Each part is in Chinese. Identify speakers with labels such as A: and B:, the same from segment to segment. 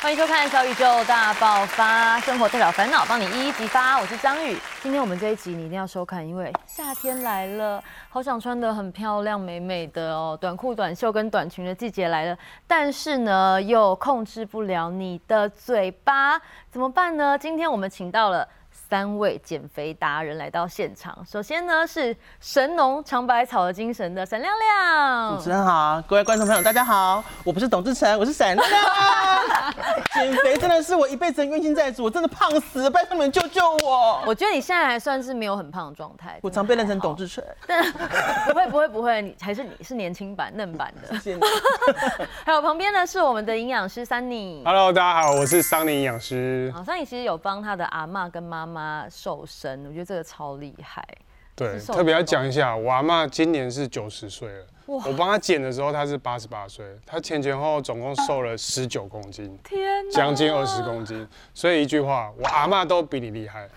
A: 欢迎收看《小宇宙大爆发》，生活大小烦恼帮你一一激发。我是张宇，今天我们这一集你一定要收看，因为夏天来了，好想穿的很漂亮美美的哦，短裤、短袖跟短裙的季节来了，但是呢又控制不了你的嘴巴，怎么办呢？今天我们请到了。三位减肥达人来到现场，首先呢是神农尝百草的精神的闪亮亮，
B: 主持人好，各位观众朋友大家好，我不是董志成，我是闪亮亮。减肥真的是我一辈子的冤亲债主，我真的胖死了，拜托你们救救我。
A: 我觉得你现在还算是没有很胖的状态。
B: 我常被认成董志成，
A: 但 不会不会不会，你还是你是年轻版嫩版 的。
B: 谢谢你。
A: 还有旁边呢是我们的营养师 Sunny。
C: Hello，大家好，我是桑尼营养师。
A: 好，Sunny 其实有帮他的阿嬷跟妈妈瘦身，我觉得这个超厉害。
C: 对，
A: 是瘦
C: 特别要
A: 成功
C: 讲一下，我阿妈今年是九十岁了，
A: 哇
C: 我帮她减的时候她是八十八岁，她前前后后总共瘦了十九公斤，
A: 啊天哪，
C: 将近二十公斤。所以一句话，我阿妈都比你厉害。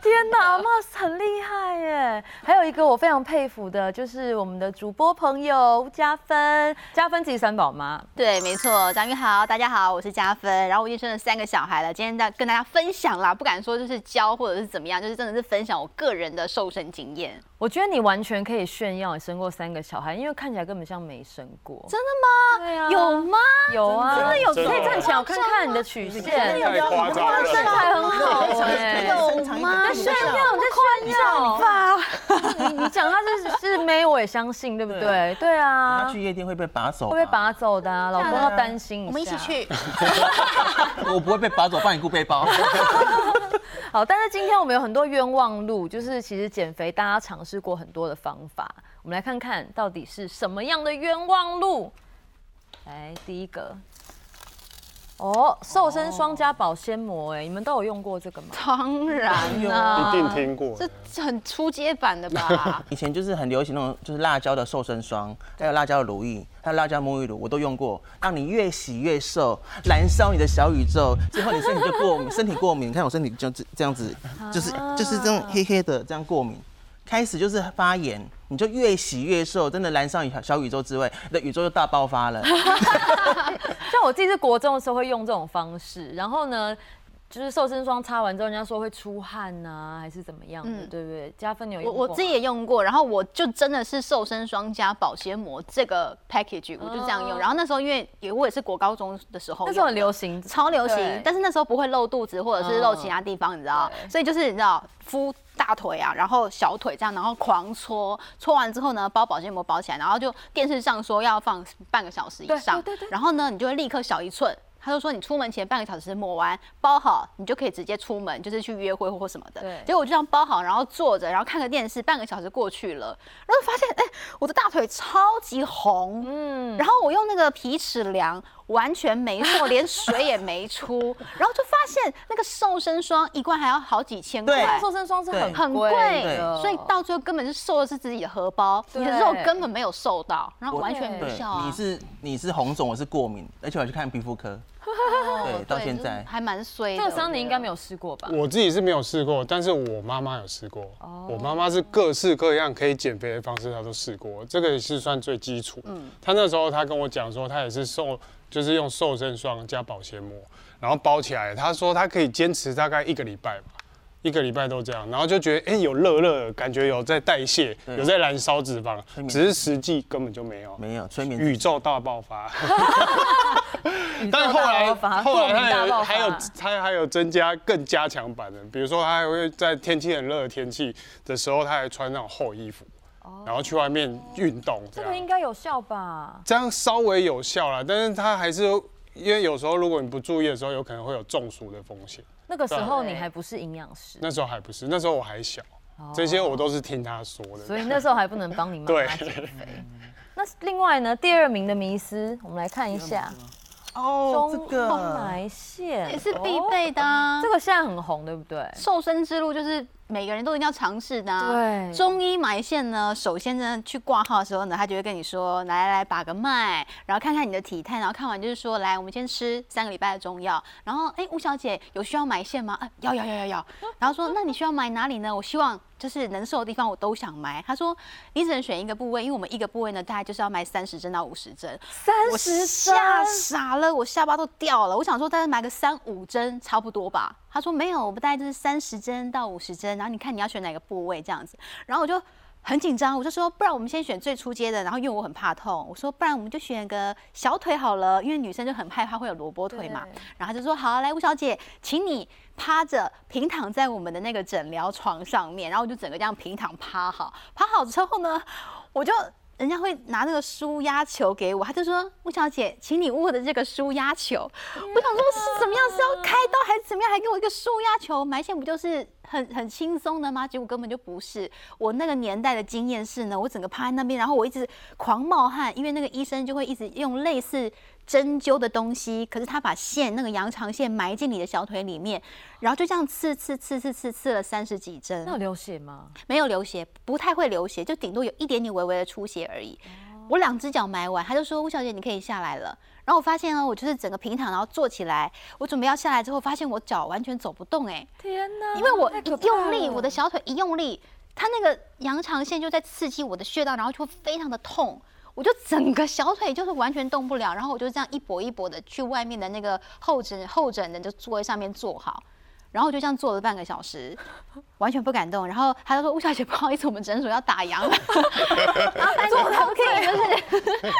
A: 天哪，阿嬷很厉害耶！还有一个我非常佩服的，就是我们的主播朋友加芬，加芬自己三宝妈，
D: 对，没错，张宇好，大家好，我是加芬。然后我已经生了三个小孩了，今天在跟大家分享啦，不敢说就是教或者是怎么样，就是真的是分享我个人的瘦身经验。
A: 我觉得你完全可以炫耀你生过三个小孩，因为看起来根本像没生过。
D: 真的吗？
A: 对啊
D: 有吗？
A: 有啊，
C: 真的有
A: 可
C: 真的
A: 以
C: 有
A: 站起来，我看看你的曲线。
C: 太夸张了
A: 身材很好哎
B: 有吗
A: 在炫耀，你在炫耀吧？ 你你讲他是是妹，我也相信，对不对
B: 对？
A: 对啊，
B: 他
A: 会
B: 去夜店会被拔手，
A: 被。拔走的啊，老公要担心一下。
D: 我们一起。去。
B: 我不会被拔走，帮你顾背包。？
A: 好，但是今天我们有很多冤枉路，就是其实减肥大家尝试过很多的方法，我们来看看到底是什么样的冤枉路。来，第一个。哦，瘦身霜加保鲜膜，哎，你们都有用过这个吗？
D: 当然
A: 嗯
D: 啦，
C: 一定听过的。
D: 这很初阶版的吧
B: 以前就是很流行那种，就是辣椒的瘦身霜，还有辣椒的乳液，还有辣椒沐浴乳，我都用过，让你越洗越瘦，燃烧你的小宇宙，最后你身体就过敏，身体过敏，你看我身体就这这样子，就是就是这种黑黑的这样过敏，开始就是发炎，你就越洗越瘦，真的燃烧你小小宇宙之味，你的宇宙就大爆发了。
A: 像我自己是国中的时候会用这种方式，然后呢，就是瘦身霜擦完之后，人家说会出汗呐、还是怎么样的，
D: 嗯
A: 对不对？加分你有
D: 我
A: 用过
D: 我
A: 吗
D: 自己也用过，然后我就真的是瘦身霜加保鲜膜这个 package，我就这样用。然后那时候因为也我也是国高中的时候，
A: 嗯那时候很流。行，
D: 超流
A: 对嗯
D: 行，但是那时候不会露肚子或者是露其他地方，你知道，
A: 对
D: 所以就是你知道敷大腿啊，然后小腿这样，然后狂搓，搓完之后呢，包保鲜膜包起来，然后就电视上说要放半个小时以上，
A: 对对对对
D: 然后呢，你就会立刻小一寸。他就说你出门前半个小时抹完包好，你就可以直接出门，就是去约会或或什么的。
A: 对
D: 结果我就这样包好，然后坐着，然后看个电视，半个小时过去了，然后发现哎、我的大腿超级红，
A: 嗯，
D: 然后我用那个皮尺量，完全没瘦，连水也没 出，然后就发现那个瘦身霜一罐还要好几千
B: 对
D: 块。
A: 瘦身霜是
B: 对
A: 很
D: 很
A: 贵
D: 贵
A: 的，
D: 所以到最后根本是瘦的是自己的荷包，
A: 对
D: 你的肉根本没有瘦到，然后完全无
B: 对
D: 效，啊。
B: 你是你是红肿，我是过敏，而且我还去看皮肤科，对，到
D: 哦对
B: 现
D: 就是
B: 在。
D: 还蛮衰
A: 这
D: 的。
A: 个伤你应该没
D: 有。
A: 有试过吧？
C: 我自己是没有试过，但是我妈妈有试过。我妈妈是各式各样可以减肥的方式，她都试过，这个也是算最基础。她那时候她跟我讲说，她也是瘦，就是用瘦身霜加保鲜膜，然后包起来。她说她可以坚持大概一个礼拜吧。一个礼拜都这样，然后就觉得哎、有热热的，感觉有在代谢，有在燃烧脂肪，只是实际根本就没有。
B: 没有催眠
C: 宇宙大爆发。但是后
A: 宇宙大爆
C: 来
A: 发
C: 后来
A: 过敏大
C: 他
A: 爆发
C: 有还有他还有增加更加强版的，比如说他还会在天气很热的天气的时候，他还穿那种厚衣服，然后去外面运动这
A: 哦这个应
C: 样，
A: 该有效吧？
C: 这样稍微有效啦，但是他还是因为有时候如果你不注意的时候，有可能会有中暑的风险。
A: 那个时候
D: 对
A: 你还不是营养师，
C: 那时候还不是，那时候我还小，这些我都是听他说的。
A: 哦所以那时候还不能帮你妈妈
C: 对
A: 减 肥。那另外呢，第二名的迷思，我们来看一下
B: 哦，
A: 中
B: 这个
A: 中埋线哦
D: 也是必备的啊
A: 这。个现在很红，对不对？
D: 瘦身之路就是每个人都一定要尝试的、啊。
A: 对
D: 中医埋线呢，首先呢去挂号的时候呢，他就会跟你说，来来来，把个脉，然后看看你的体态，然后看完就是说，来，我们先吃三个礼拜的中药。然后，哎，吴小姐有需要埋线吗？啊，要要要要要。然后说，那你需要埋哪里呢？我希望就是能瘦的地方我都想埋。他说，你只能选一个部位，因为我们一个部位呢，大概就是要埋三十针到五十针。
A: 三
D: 我
A: 十
D: 吓
A: 针，
D: 傻了，我下巴都掉了。我想说，大概买个三五针差不多吧。他说没有，我们大概就是三十针到五十针，然后你看你要选哪个部位这样子。然后我就很紧张，我就说，不然我们先选最初阶的。然后因为我很怕痛，我说不然我们就选个小腿好了，因为女生就很害怕会有萝卜腿嘛
A: 对。
D: 然后他就说好，来吴小姐，请你趴着平躺在我们的那个诊疗床上面，然后我就整个这样平躺趴好，趴好之后呢，我就人家会拿那个舒压球给我，他就说吴小姐，请你握的这个舒压球，我想说是怎么样是要开刀还是怎么样，还给我一个舒压球，埋线不就是很很轻松的吗？结果根本就不是。我那个年代的经验是呢，我整个趴在那边，然后我一直狂冒汗，因为那个医生就会一直用类似针灸的东西，可是他把线那个羊肠线埋进你的小腿里面，然后就这样刺刺刺刺刺刺了三十几针。
A: 那有流血吗？
D: 没有流血，不太会流血，就顶多有一点点微微的出血而已。我两只脚埋完，他就说：“吴小姐，你可以下来了。”然后我发现哦呢，我就是整个平躺，然后坐起来，我准备要下来之后，发现我脚完全走不动、哎，
A: 天哪！
D: 因为我
A: 哦太
D: 一
A: 可怕
D: 用力，
A: 了
D: 我的小腿一用力，它那个羊肠线就在刺激我的穴道，然后就会非常的痛。我就整个小腿就是完全动不了，然后我就这样一跛一跛的去外面的那个候诊候诊的就座位上面坐好，然后我就这样坐了半个小时，完全不敢动。然后他就说：“吴小姐，不好意思，我们诊所要打烊了，麻烦你可不可以就是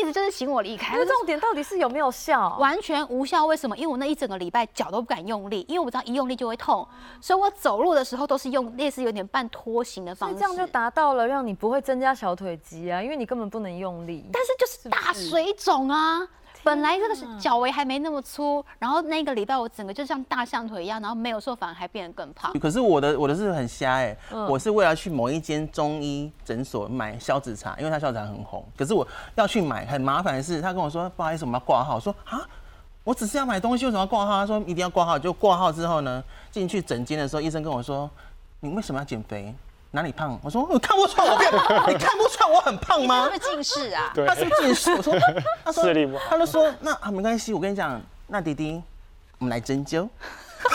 D: 一直就是请我离开。”
A: 那重点到底是有没有效？
D: 完全无效。为什么？因为我那一整个礼拜脚都不敢用力，因为我知道一用力就会
A: 哦
D: 痛，所以我走路的时候都是用类似有点半拖行的方
A: 所以
D: 式。
A: 这样就达到了让你不会增加小腿肌啊，因为你根本不能用力。
D: 但是就是大水肿啊。本来这个是脚围还没那么粗，然后那个礼拜我整个就像大象腿一样，然后没有瘦反而还变得更胖。
B: 可是我的我的是很瞎哎、
A: 嗯
B: 我是为了去某一间中医诊所买消脂茶，因为它消脂茶很红。可是我要去买很麻烦的是，他跟我说不好意思，我们要挂号。我说啊，我只是要买东西，为什么要挂号？他说一定要挂号。就挂号之后呢，进去诊间的时候，医生跟我说你为什么要减肥？哪里胖？我说我看不出来我变，你看不出来我很胖
D: 你
B: 吗？
D: 是不是近视啊？
C: 对
B: 他，是不是近视？ 我说，他说
C: 视力不好
B: 他就说那啊没关系，我跟你讲，那弟弟，我们来针灸。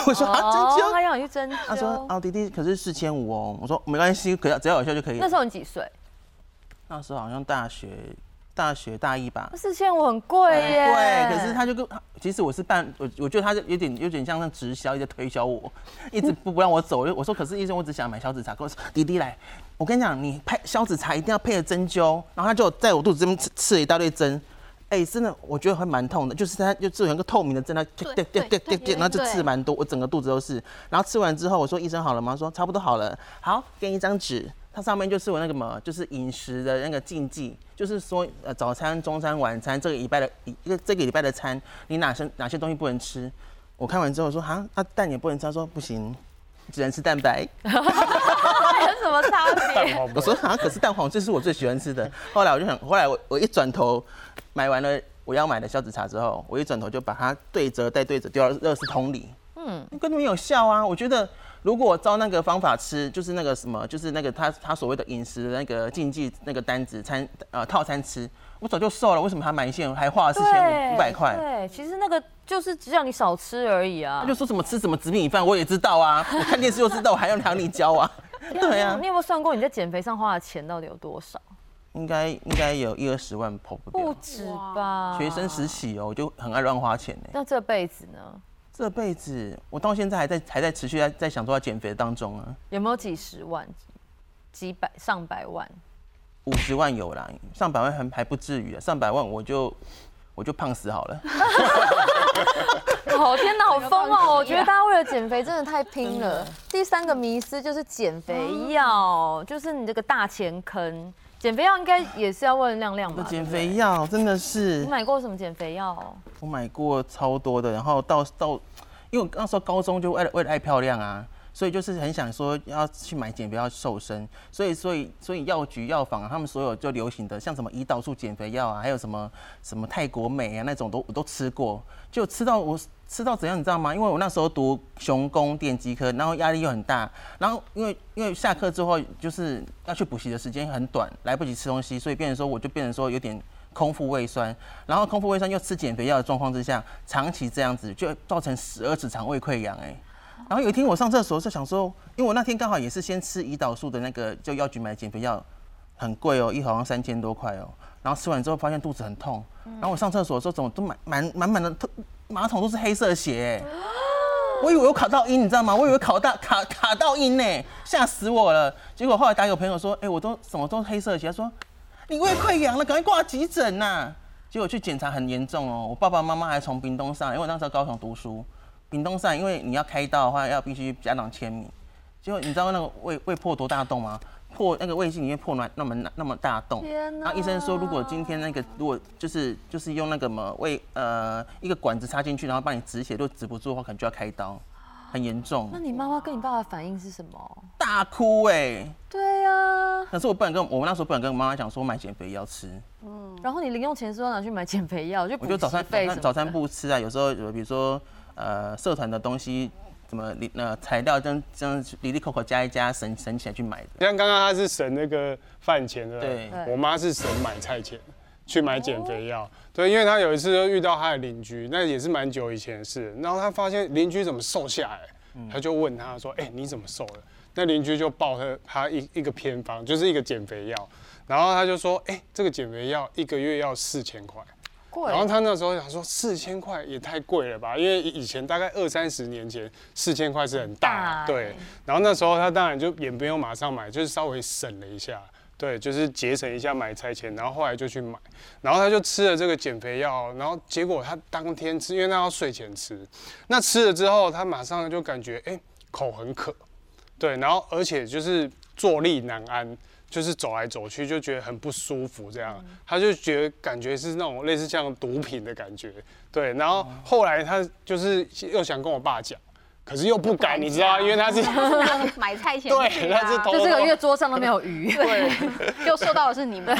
B: 我说啊，针
A: 哦他
B: 灸。
A: 让你去针灸。
B: 他说啊，弟弟可是四千五哦。我说没关系，可只要有效就可以
A: 那
B: 了。
A: 时候你几岁？
B: 那时候好像大学大学大一吧。哎
A: 四千五很贵耶。
B: 对，可是他就跟，他其实我是办，我我觉得他是有点有点像那直销，一直推销我， 一直不不让我走。我说可是医生，我只想买消脂茶。跟我说弟弟来，我跟你讲，你配消脂茶一定要配合针灸。然后他就在我肚子这边刺刺了一大堆针，哎、真的我觉得还蛮痛的，就是他就有一个透明的针，他对对对对对，然后就刺蛮多，我整个肚子都是。然后吃完之后，我说医生好了吗？他说差不多好了，好，给你一张纸。它上面就是我那个什么，就是饮食的那个禁忌，就是说，呃，早餐、中餐、晚餐，这个礼拜的一个这个礼拜的餐，你哪些哪些东西不能吃？我看完之后说，哈，那蛋也不能吃。他说不行，只能吃蛋白。
A: 还有什么差
C: 蛋
A: 别？
C: 黄
B: 我
C: 不
B: 说啊，可是蛋黄这是我最喜欢吃的。后来我就想，后来我我一转头买完了我要买的消脂茶之后，我一转头就把它对折再对折丢到热食桶里。嗯，根本没有效啊！我觉得如果照那个方法吃，就是那个什么，就是那个他他所谓的饮食的那个禁忌那个单子餐呃套餐吃，我早就瘦了，为什么还埋线还花了四千五百块？
A: 对，其实那个就是只让你少吃而已啊
B: 他。就说怎么吃怎么紫米饭，我也知道啊，我看电视就知道，我还要哪里教 啊？对啊
A: 你，有没有算过你在减肥上花的钱到底有多少？
B: 应该应该有一二十万跑不
A: 不
B: 掉。
A: 止吧？
B: 学生时期哦，我就很爱乱花钱呢。
A: 那这辈子呢，
B: 这辈子我到现在还在还在持续在在想说要减肥当中啊，
A: 有没有几十万、几百、上百万？
B: 五十万有啦，上百万还还不至于啊，上百万我就我就胖死好了。
A: 哦天哪，好疯
D: 放弃
A: 哦！
D: 啊
A: 我觉得大家为了减肥真的嗯太拼了。第三个迷思就是减肥药，就是你这个大钱坑。减肥药应该也是要问亮亮
B: 那
A: 吧？
B: 减肥药真的是
A: 你买过什么减肥药？
B: 我买过超多的，然后到到，因为我那时候高中就为了为了爱漂亮啊，所以就是很想说要去买减肥药瘦身，所以所以所以药局药房啊，他们所有就流行的像什么胰岛素减肥药啊，还有什么什么泰国美啊那种都我都吃过，就吃到我吃到怎样你知道吗？因为我那时候读雄工电机科，然后压力又很大，然后因为因为下课之后就是要去补习的时间很短，来不及吃东西，所以变成说我就变成说有点。空腹胃酸，然后空腹胃酸又吃减肥药的状况之下，长期这样子就造成十二指肠胃溃疡哎。然后有一天我上厕所就想说，因为我那天刚好也是先吃胰岛素的那个，就药局买减肥药，很贵哦，一盒好像三千多块哦。然后吃完之后发现肚子很痛，然后我上厕所的时候怎么都满满满满的吐马桶都是黑色血哎。我以为我考到音，你知道吗？我以为考到卡卡到音呢，吓死我了。结果后来打给我朋友说，哎、我都什么都黑色血，他说你胃溃疡了，赶快挂急诊呐、结果去检查很严重哦，我爸爸妈妈还从屏东上来，因为我那时候高雄读书，屏东上来因为你要开刀的话，要必须家长签名。结果你知道那个胃胃破多大洞吗？破那个胃镜里面破那那么那么大洞，
A: 天哪
B: 然后医生说，如果今天那个如果就是就是用那个什么胃呃一个管子插进去，然后帮你止血，如果止不住的话，可能就要开刀，很严重
A: 那，你妈妈跟你爸爸反应是什么？
B: 大哭哎、
A: 对啊呀、
B: 可是我不敢跟我们那时候不敢跟我妈妈讲说买减肥药吃，
A: 然后你零用钱是要拿去买减肥药，就
B: 我
A: 补
B: 就早餐
A: 习
B: 早
A: 费什
B: 餐
A: 么
B: 早餐
A: 的
B: 不吃啊，有时候有比如说呃社团的东西，什么里呃材料这样这样里里口口加一加，省省起来去买的。
C: 像刚刚他是省那个饭钱的，
B: 对
A: 对
C: 我妈是省买菜钱，去买减肥药。对，因为她有一次就遇到她的邻居，那也是蛮久以前的事。然后她发现邻居怎么瘦下来，她就问她说：“哎、你怎么瘦的？”那邻居就报她她一一个偏方，就是一个减肥药。然后她就说：“哎、这个减肥药一个月要四千块。”
A: 贵
C: 然后他那时候想说，四千块也太贵了吧？因为以前大概二三十年前，四千块是很
A: 大
C: 大
A: 欸，
C: 对。然后那时候他当然就也没有马上买，就是稍微省了一下，对，就是节省一下买菜钱。然后后来就去买，然后他就吃了这个减肥药，然后结果他当天吃，因为他要睡前吃，那吃了之后，他马上就感觉哎、口很渴，对，然后而且就是坐立难安，就是走来走去就觉得很不舒服，这样、他就觉得感觉是那种类似像毒品的感觉，对，然后后来他就是又想跟我爸讲，可是又不敢，你知道，因为 他是
D: 拿买菜钱去
C: 对，
D: 啊
C: 他是偷
A: 就这个
C: 偷
A: 月桌上都没有鱼，
C: 对。
D: 又受到的是你们，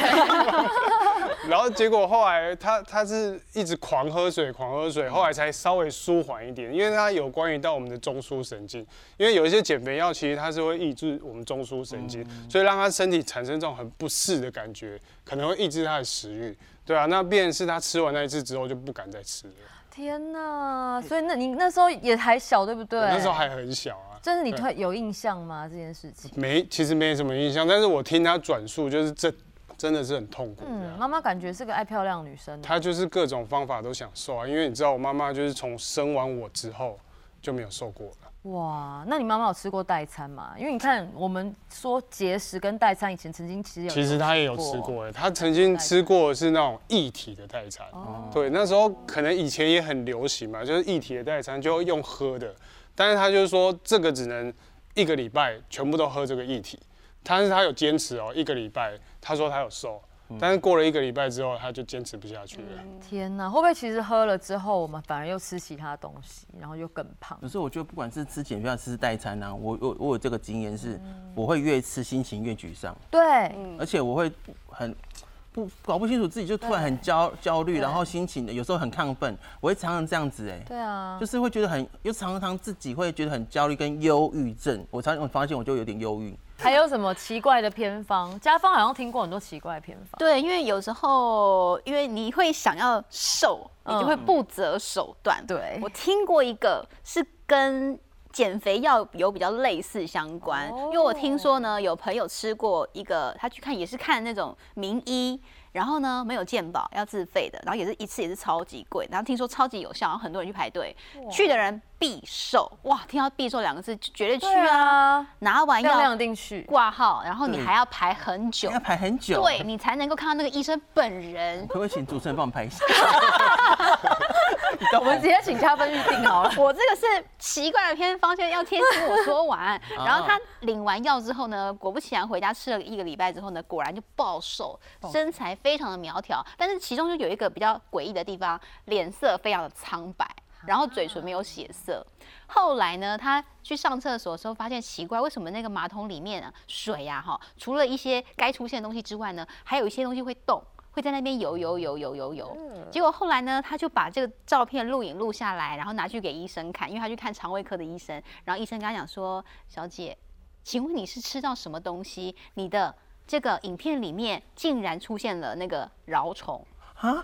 C: 然后结果后来他他是一直狂喝水，狂喝水，后来才稍微舒缓一点，因为它有关于到我们的中枢神经，因为有一些减肥药其实它是会抑制我们中枢神经，所以让他身体产生这种很不适的感觉，可能会抑制他的食欲，对啊，那便是他吃完那一次之后就不敢再吃了，
A: 天哪！所以那你那时候也还小，对不对？
C: 我那时候还很小啊，
A: 真的你
C: 对
A: 特有印象吗？这件事情？
C: 没其实没什么印象，但是我听他转述就是这真的是很痛苦这
A: 嗯，
C: 样。
A: 妈妈感觉是个爱漂亮的女生。
C: 她就是各种方法都想瘦啊，因为你知道我妈妈就是从生完我之后就没有瘦过了。
A: 哇，那你妈妈有吃过代餐吗？因为你看，我们说节食跟代餐以前曾经其实有，
C: 其实她也有吃过，哎，她曾经吃过哦的是那种液体的代餐，对，那时候可能以前也很流行嘛，就是液体的代餐就用喝的，但是她就说这个只能一个礼拜全部都喝这个液体，但是她有坚持哦，一个礼拜，她说她有瘦，但是过了一个礼拜之后，她就坚持不下去了。
A: 天啊哪，会不会其实喝了之后，我们反而又吃其他东西，然后就更胖
B: 可？
C: 嗯
B: 是我觉得不管是吃减肥药、吃代餐啊，我我我有这个经验是，
A: 嗯
B: 我会越吃心情越沮丧，
A: 对，
D: 嗯
B: 而且我会很不搞不清楚自己就突然很焦焦虑，然后心情有时候很亢奋，我会常常这样子哎、
A: 对啊，
B: 就是会觉得很，又常常自己会觉得很焦虑跟忧郁症。我常我发现我就有点忧郁，
A: 还有什么奇怪的偏方？家芳好像听过很多奇怪的偏方。
D: 对，因为有时候因为你会想要瘦，你就会不择手段。
A: 对
D: 我听过一个是跟。减肥药有比较类似相关，因为我听说呢，有朋友吃过一个，他去看也是看那种名医，然后呢没有健保要自费的，然后也是一次也是超级贵，然后听说超级有效，然后很多人去排队，去的人必瘦，哇，听到必瘦两个字就绝对去
A: 对
D: 啊，
A: 啊，
D: 拿完
A: 亮亮
D: 药
A: 定去。
D: 挂号，然后你
B: 对
D: 还要排很久
B: 要，排很久。
D: 对你才能够看到那个医生本人。
B: 可不可以请主持人帮我们拍一下？你知道
A: 我们直接请嘉芬去订好了。
D: 我这个是奇怪的偏方，现在要贴心我说 完。然后他领完药之后呢，果不其然回家吃了一个礼拜之后呢，果然就暴瘦，身材非常的苗条。但是其中就有一个比较诡异的地方，脸色非常的苍白。然后嘴唇没有血色。后来呢，他去上厕所的时候发现奇怪，为什么那个马桶里面啊水呀、哈，除了一些该出现的东西之外呢，还有一些东西会动。会在那边游游游游游游，结果后来呢，他就把这个照片录影录下来，然后拿去给医生看，因为他去看肠胃科的医生，然后医生跟他讲说：“小姐，请问你是吃到什么东西？你的这个影片里面竟然出现了那个饶虫。”啊，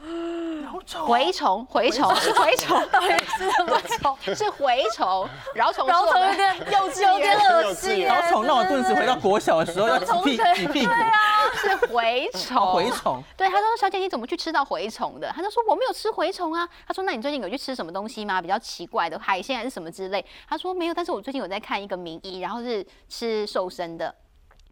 D: 蛔虫，蛔虫是蛔虫， 到底是什么虫？ 是蛔虫，饶虫是
A: 饶
D: 我
A: 虫有
D: 们
A: 点幼稚，有点恶
C: 幼稚
A: 心啊
C: 园
A: 耶。
B: 然后虫让我顿时回到国小的时候要挤屁挤屁股，
D: 是蛔虫，
B: 哦蛔虫。
D: 对，他说：“小姐，你怎么去吃到蛔虫的？”他就说：“我没有吃蛔虫啊。”他说：“那你最近有去吃什么东西吗？比较奇怪的海鲜还是什么之类？”他说：“没有，但是我最近有在看一个名医，然后是吃瘦身的，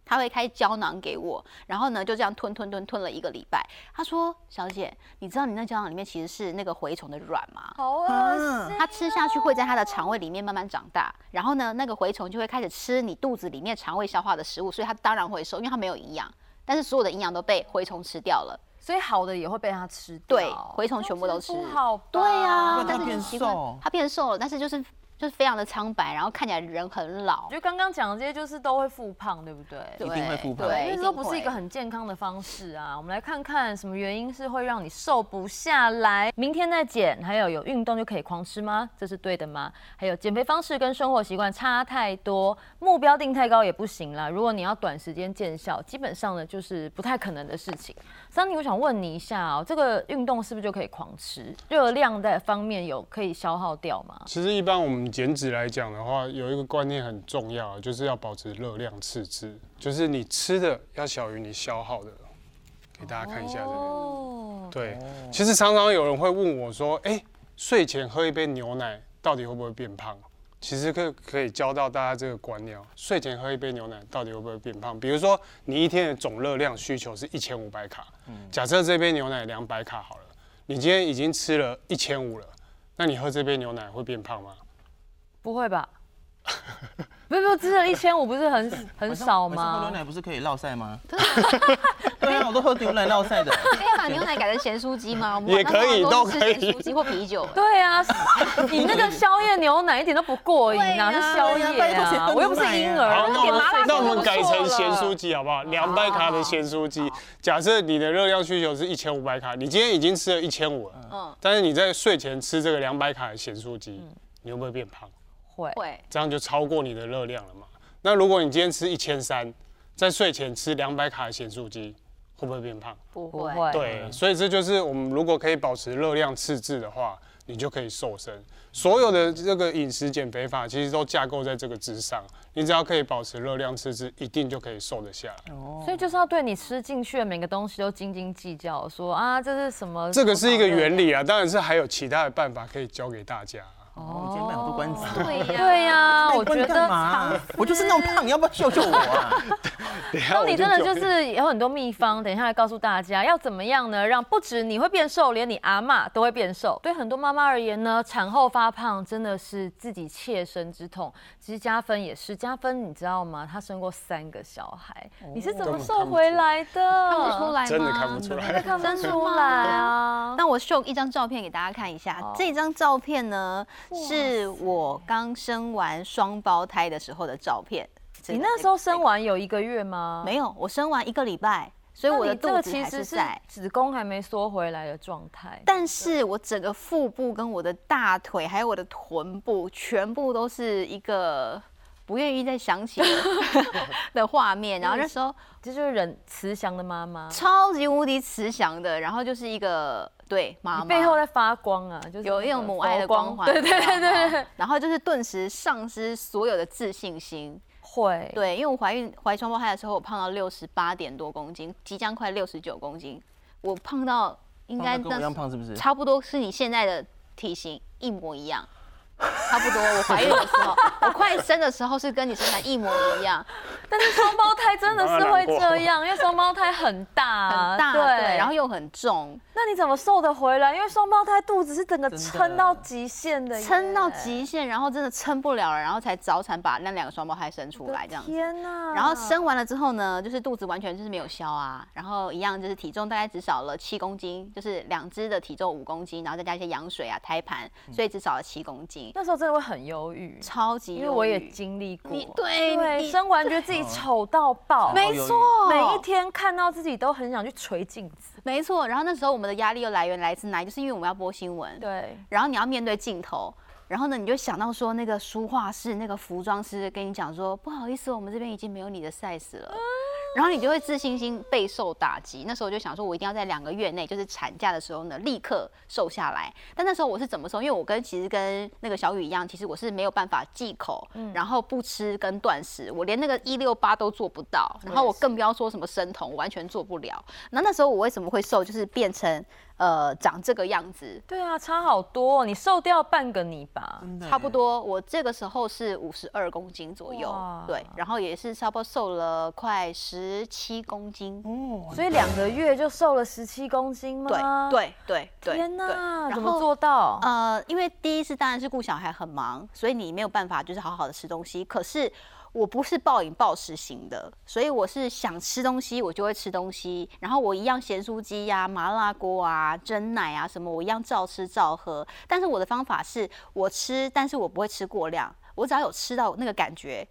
D: 他会开胶囊给我，然后呢就这样吞吞吞吞了一个礼拜。”他说：“小姐，你知道你那胶囊里面其实是那个蛔虫的卵吗？”
A: 好恶心。啊
D: 它吃下去会在它的肠胃里面慢慢长大，然后呢，那个蛔虫就会开始吃你肚子里面肠胃消化的食物，所以它当然会瘦，因为它没有营养，但是所有的营养都被蛔虫吃掉了。
A: 所以好的也会被它吃掉，
D: 对，蛔虫全部都吃。
A: 不好吧，
D: 对呀、
B: 那它
D: 但是
B: 变
D: 很奇怪
B: 瘦
D: 它变瘦了，但是就是就是非常的苍白，然后看起来人很老
A: 我觉。得刚刚讲的这些就是都会复胖，对不对？
D: 对
B: 一定会复胖
A: 因
D: 对，
A: 为这
D: 定
A: 都不是一个
D: 会
A: 很健康的方式啊。我们来看看什么原因是会让你瘦不下来，明天再减。还有有运动就可以狂吃吗？这是对的吗？还有减肥方式跟生活习惯差太多，目标定太高也不行啦。如果你要短时间见效，基本上呢就是不太可能的事情。桑尼，我想问你一下哦，这个运动是不是就可以狂吃？热量在方面有可以消耗掉吗？
C: 其实一般我们减脂来讲的话，有一个观念很重要，就是要保持热量赤字，就是你吃的要小于你消耗的。给大家看一下这边。
A: 哦，
C: 对，其实常常有人会问我说，哎、睡前喝一杯牛奶到底会不会变胖？其实可以可以教到大家这个观念哦，睡前喝一杯牛奶到底会不会变胖？比如说你一天的总热量需求是一千五百卡，
A: 嗯
C: 假设这杯牛奶两百卡好了，你今天已经吃了一千五了，那你喝这杯牛奶会变胖吗？
A: 不会吧？ 不是不是，吃了一千五不是很很少
B: 晚上
A: 吗
B: 喝牛？奶不是可以落晒吗？ 对啊，我都喝牛奶落晒的。
D: 可以把牛奶改成咸酥鸡吗？我们
C: 也
D: 晚上
C: 可以
D: 好像
C: 都
D: 是
C: 可以
D: 咸酥鸡或啤酒、 哎
A: 对啊，你那个宵夜牛奶一点都不过瘾啊，
D: 对
A: 是
D: 啊
A: 宵
B: 拜
A: 夜
B: 托谁喝
A: 啊，我又不是
B: 牛奶啊
A: 婴
C: 好，
A: 儿，
C: 那我
A: 点
C: 们
A: 麻辣
C: 那
A: 锅
C: 我
A: 就
C: 们
A: 不
C: 改
A: 错
C: 成咸酥
A: 了。
C: 鸡好不好？两百卡的咸酥鸡，假设你的热量需求是一千五百卡，你今天已经吃了一千五了，
D: 嗯
C: 但是你在睡前吃这个两百卡的咸酥鸡，
A: 嗯
C: 你会不会变胖？
A: 会
D: 会
C: 这样就超过你的热量了嘛？那如果你今天吃一千三，在睡前吃两百卡的咸酥鸡，会不会变胖？
D: 不
A: 不
D: 会？
A: 会？
C: 对，所以这就是我们如果可以保持热量赤字的话，你就可以瘦身。所有的这个饮食减肥法其实都架构在这个之上，你只要可以保持热量赤字，一定就可以瘦得下来。
A: 所以就是要对你吃进去的每个东西都斤斤计较，说啊这是什么？
C: 这个是一个原理啊，当然是还有其他的办法可以教给大家。啊
B: 我们今天卖好多关子。
D: 对呀、
A: 对呀，我
B: 关
A: 觉
B: 你干嘛
A: 得。
B: 啊？我就是那么胖，你要不要救救我啊？
C: 等一下
A: 那
C: 我
A: 你真的就
C: 讲
A: 是有很多秘方，等一下来告诉大家要怎么样呢？让不止你会变瘦，连你阿嬷都会变瘦。对很多妈妈而言呢，产后发胖真的是自己切身之痛。其实加分也是，加分你知道吗？她生过三个小孩，
D: 哦
A: 你是怎么瘦回来的？
D: 看不出来吗？
C: 真的看不出来。
A: 看不
D: 真的
A: 出
D: 吗
A: 来啊！
D: 那我秀一张照片给大家看一下。这张照片呢，是我刚生完双胞胎的时候的照片。这
A: 你
D: 个
A: 那时候生
D: 这
A: 完有一个月吗
D: 个？没有，我生完一个礼拜，所以
A: 那
D: 我的
A: 你这个
D: 肚子
A: 其
D: 还
A: 实
D: 是
A: 是
D: 在。
A: 子宫还没缩回来的状态。
D: 但是我整个腹部跟我的大腿还有我的臀部，全部都是一个不愿意再想起 的的画面。然后那时候
A: 这就是人慈祥的妈妈，
D: 超级无敌慈祥的，然后就是一个对妈妈
A: 你背后在发光啊，就是
D: 有一种母爱的光环，嗯
A: 对对对对，
D: 对， 然后就是顿时丧失所有的自信心。
A: 会，
D: 对，因为我怀孕怀双胞胎的时候，我胖到六十八点多公斤，即将快六十九公斤，我胖到应该
B: 跟我一样胖是不是？
D: 差不多是你现在的体型一模一样。差不多。我怀孕的时 候，我快生的时候是跟你生产一模一 样，
A: 但是双胞胎真的是会这样，因为双胞胎很大，啊
D: 很大啊对，然后又很重，
A: 那你怎么瘦得回来？因为双胞胎肚子是整个撑到极限的耶，
D: 撑到极限，然后真的撑不了了，然后才早产把那两个双胞胎生出来这样子。
A: 天哪！
D: 然后生完了之后呢，就是肚子完全就是没有消啊，然后一样就是体重大概只少了七公斤，就是两只的体重五公斤，然后再加一些羊水啊、胎盘，所以只少了七公斤，
A: 那时候真的会很忧郁，
D: 超级
A: 因为我
D: 忧
A: 也
D: 郁
A: 经历过，
D: 你对
A: 对，
D: 你
A: 生完觉得自己丑到爆，
B: 没
D: 没错，
A: 每一天看到自己都很想去捶镜子，
D: 没错。然后那时候我们的压力又来源来自哪里？就是因为我们要播新闻，
A: 对，
D: 然后你要面对镜头，然后呢，你就想到说那个书画室那个服装师跟你讲说，不好意思，我们这边已经没有你的 size 了。然后你就会自信心备受打击。那时候我就想说，我一定要在两个月内，就是产假的时候呢，立刻瘦下来。但那时候我是怎么瘦？因为我跟其实跟那个小雨一样，其实我是没有办法忌口，然后不吃跟断食，我连那个一六八都做不到，然后我更不要说什么生酮，我完全做不了。那那时候我为什么会瘦？就是变成呃长这个样子，
A: 对啊，差好多哦，你瘦掉半个你吧，
B: 对
D: 差不多，我这个时候是五十二公斤左右
A: 哇，
D: 对，然后也是差不多瘦了快十七公斤，
B: 哦，
A: 所以两个月就瘦了十七公斤
D: 对
A: 吗？，
D: 对对对，
A: 天
D: 对
A: 哪，
D: 然
A: 怎么
D: 后
A: 做到？
D: 呃，因为第一是当然是顾小孩很忙，所以你没有办法就是好好的吃东西。可是我不是暴饮暴食型的，所以我是想吃东西我就会吃东西，然后我一样咸酥鸡呀、麻辣锅啊、蒸奶啊什么，我一样照吃照喝。但是我的方法是我吃，但是我不会吃过量，我只要有吃到那个感觉，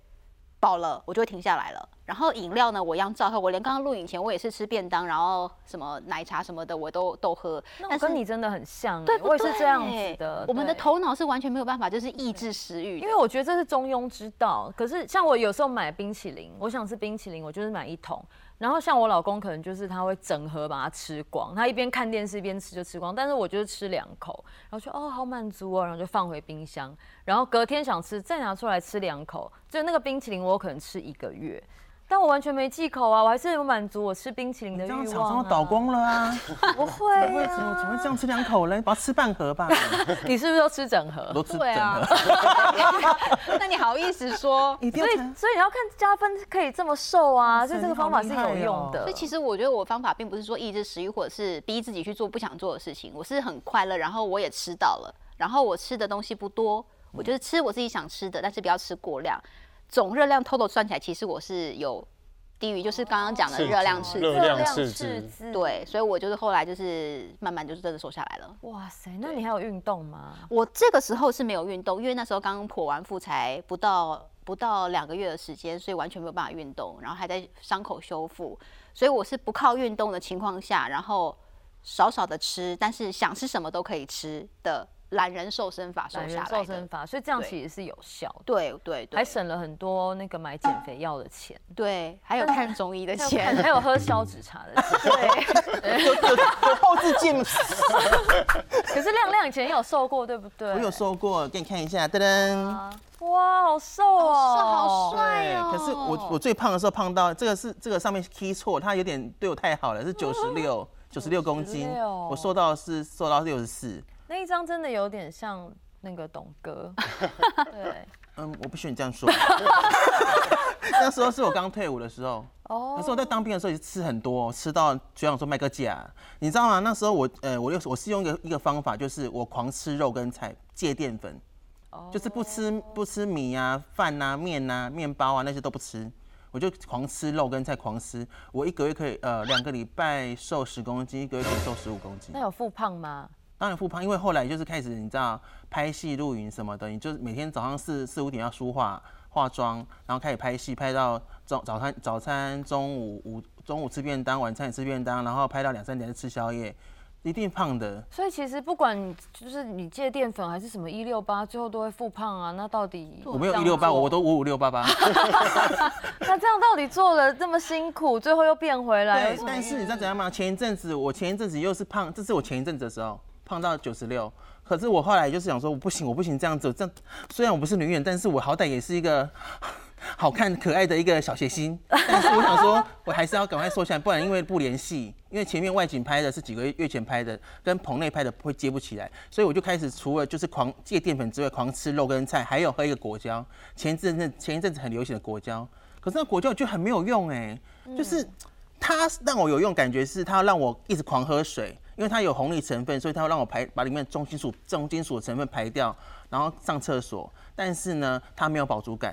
D: 饱了，我就会停下来了。然后饮料呢，我一样照喝。我连刚刚录影前，我也是吃便当，然后什么奶茶什么的，我都都喝。
A: 那我
D: 但是
A: 跟你真的很像欸，
D: 对不
A: 我
D: 对？欸
A: 也是这样子的。
D: 我们的
A: 对
D: 头脑是完全没有办法，就是抑制食欲的。
A: 因为我觉得这是中庸之道。可是像我有时候买冰淇淋，我想吃冰淇淋，我就是买一桶。然后像我老公可能就是他会整盒把它吃光，他一边看电视一边吃就吃光。但是我就是吃两口，然后就哦好满足哦，然后就放回冰箱。然后隔天想吃再拿出来吃两口，就那个冰淇淋我有可能吃一个月。但我完全没忌口啊，我还是有满足我吃冰淇淋的
B: 这
A: 欲
B: 样
A: 望、啊。
B: 厂商都倒光了啊！
A: 不会、啊
B: 怎么会怎么怎么会这样吃两口嘞？把它吃半盒吧，
A: 你是不是都吃整盒？
B: 都吃整
D: 对 啊
B: 盒，，
D: 那你好意思说？
B: 一定
A: 所
B: 要
A: 以
B: 吃。
A: 所以你要看加分可以这么瘦啊，所以这个方法是
B: 你
A: 有
B: 好厉害
A: 用
B: 哦
A: 的。
D: 所以其实我觉得我方法并不是说抑制食欲，或者是逼自己去做不想做的事情。我是很快乐，然后我也吃到了，然后我吃的东西不多，我就是吃我自己想吃的，但是不要吃过量。总热量 total 算起来，其实我是有低于，就是刚刚讲的
C: 赤字
D: 热量赤字。
C: 热量赤字
D: 对，所以我就是后来就是慢慢就是真的瘦下来了。
A: 哇塞，那你还有运动吗？
D: 我这个时候是没有运动，因为那时候刚剖完腹才不到不到两个月的时间，所以完全没有办法运动，然后还在伤口修复，所以我是不靠运动的情况下，然后少少的吃，但是想吃什么都可以吃的懒人瘦身法瘦
A: 懒
D: 下
A: 人
D: 来
A: 瘦
D: 的
A: 身。法，所以这样
D: 对
A: 其实是有效的，
D: 对对对，
A: 还省了很多那个买减肥药的钱，
D: 对，还有看中医的 钱，
A: 还有喝消脂茶的 钱。
B: 有有有后置镜，
A: 可是亮亮以前也有瘦过，对不对？
B: 我有瘦过，给你看一下，噔噔。
A: 哇，好瘦哦，
D: 好瘦好帅哦。
B: 可是我我最胖的时候胖到这个是这个上面 key 错，它有点对我太好了，是九十六九十六公斤，
A: 96
B: 我瘦到是瘦到六十四。
A: 那一张真的有点像那个董 哥，对，
B: 嗯，我不许你这样说。 那时候是我刚退伍的时候，可
A: 哦
B: 是我在当兵的时候也是吃很多，吃到学长说麦克假，你知道吗？那时候我呃，我又我是用一个一个方法，就是我狂吃肉跟菜，戒淀粉，就是不吃不吃米啊、饭啊、面啊、面包啊那些都不吃，我就狂吃肉跟菜，狂吃。我一个月可以呃两个礼拜瘦十公斤，一个月可以瘦十五公斤
A: 那。有复胖吗？
B: 当然复胖，因为后来就是开始你知道拍戏、录影什么的，你就是每天早上四四五点要梳化、化妆，然后开始拍戏，拍到早早餐、早餐、中午午中午吃便当，晚餐也吃便当，然后拍到两三点再吃宵夜，一定胖的。
A: 所以其实不管你就是你戒淀粉还是什么一六八，最后都会复胖啊。那到底
B: 我没有
A: 这
B: 一
A: 样
B: 六八，
A: 做
B: 我都五五六八八。
A: 那这样到底做了这么辛苦，最后又变回来，有
B: 对
A: 什，么
B: 但是你知道怎样吗？前一阵子我前一阵子又是胖，这是我前一阵子的时候胖到九十六。可是我后来就是想说，我不行，我不行这样子。这样虽然我不是女演，但是我好歹也是一个 好看可爱的一个小谐星，但是我想说，我还是要赶快瘦下来，不然因为不联系，因为前面外景拍的是几个月前拍的，跟棚内拍的会接不起来，所以我就开始除了就是狂戒淀粉之外，狂吃肉跟菜，还有喝一个果胶，前一阵子前一阵子很流行的果胶，可是那果胶就很没有用哎、就是
A: 嗯
B: 它让我有用，感觉是它让我一直狂喝水，因为它有红利成分，所以它会让我排把里面的重金属重金属的成分排掉，然后上厕所。但是呢，它没有饱足感。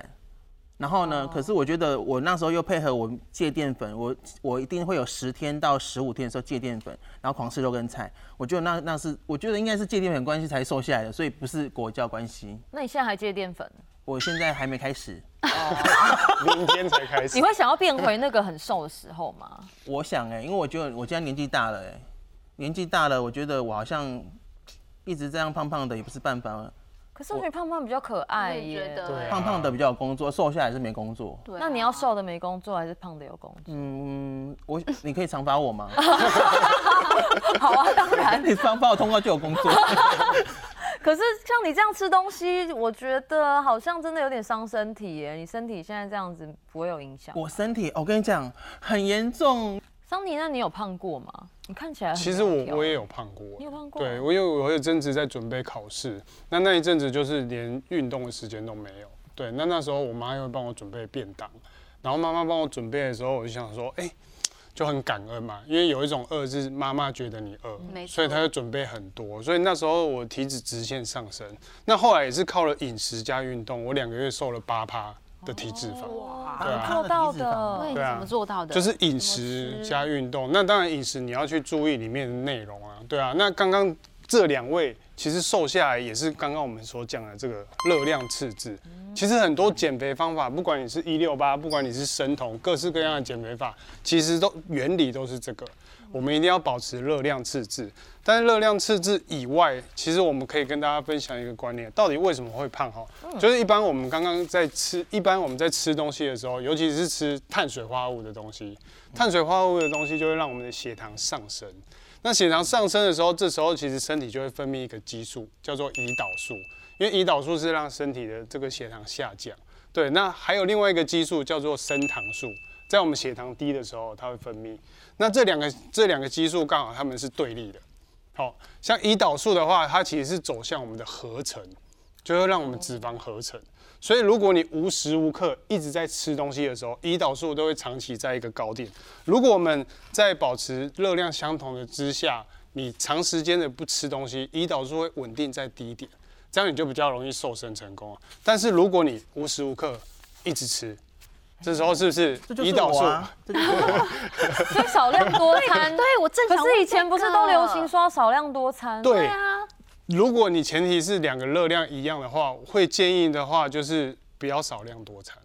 B: 然后呢，可是我觉得我那时候又配合我戒淀粉，我我一定会有十天到十五天的时候戒淀粉，然后狂吃肉跟菜。我觉得那那是我觉得应该是戒淀粉关系才瘦下来的，所以不是果胶关系。
A: 那你现在还戒淀粉？
B: 我现在还没开始，
C: 明天才开始
A: 你。会想要变回那个很瘦的时候吗？
B: 我想哎、因为我觉得我现在年纪大了哎、年纪大了，我觉得我好像一直这样胖胖的也不是办法，
A: 可是我觉得胖胖比较可爱
D: 我也
A: 耶。
D: 觉得
C: 对啊
B: 胖胖的比较有工作，瘦下来是没工作。
D: 对啊
A: 那你要瘦的没工作，还是胖的有工作？
B: 嗯，我你可以长发 我吗？
C: 嗯
A: 好啊，当然。
B: 你长发我通告就有工作。
A: 可是像你这样吃东西，我觉得好像真的有点伤身体耶。你身体现在这样子不会有影响？
B: 我身体，我跟你讲很严重，
A: 桑尼，那你有胖过吗？你看起来很
C: 其实
A: 苗条啊
C: 我我也有胖过，
A: 你有胖过啊
C: 对，我有我有阵子在准备考试，那那一阵子就是连运动的时间都没有。对，那那时候我妈又会帮我准备便当，然后妈妈帮我准备的时候，我就想说，哎、就很感恩嘛，因为有一种饿是妈妈觉得你
D: 没
A: 嗯
C: 饿，
D: 错
C: 所以她就准备很多，所以那时候我体脂直线上升。那后来也是靠了饮食加运动，我两个月瘦了八趴的体脂肪。
A: 哦
D: 哇，
C: 对啊
A: 做到
B: 他的体脂肪
A: 的
D: 那你
C: 对啊
D: 怎么做到的？
C: 就是饮食
D: 吃
C: 加运动。那当然饮食你要去注意里面的内容啊，对啊。那刚刚这两位其实瘦下来也是刚刚我们所讲的这个热量赤字。
D: 嗯
C: 其实很多减肥方法，不管你是一六八，不管你是生酮，各式各样的减肥法，其实都原理都是这个。我们一定要保持热量赤字，但是热量赤字以外，其实我们可以跟大家分享一个观念，到底为什么会胖哈？就是一般我们刚刚在吃，一般我们在吃东西的时候，尤其是吃碳水化合物的东西，碳水化合物的东西就会让我们的血糖上升。那血糖上升的时候，这时候其实身体就会分泌一个激素，叫做胰岛素，因为胰岛素是让身体的这个血糖下降。对，那还有另外一个激素叫做升糖素，在我们血糖低的时候，它会分泌。那这两个这两个激素刚好它们是对立的。好、像胰岛素的话，它其实是走向我们的合成，就会让我们脂肪合成。所以如果你无时无刻一直在吃东西的时候，胰岛素都会长期在一个高点。如果我们在保持热量相同的之下，你长时间的不吃东西，胰岛素会稳定在低点，这样你就比较容易瘦身成功啊。但是如果你无时无刻一直吃，这时候是不是
B: 这就
C: 胰
B: 是
C: 岛素
B: 我啊，这就是我。
A: 所以少量多餐。
D: 对我正想
A: 可
D: 问
A: 是以前不是都流行说要少量多餐？
C: 对
D: 对啊，
C: 如果你前提是两个热量一样的话，会建议的话就是不要少量多餐，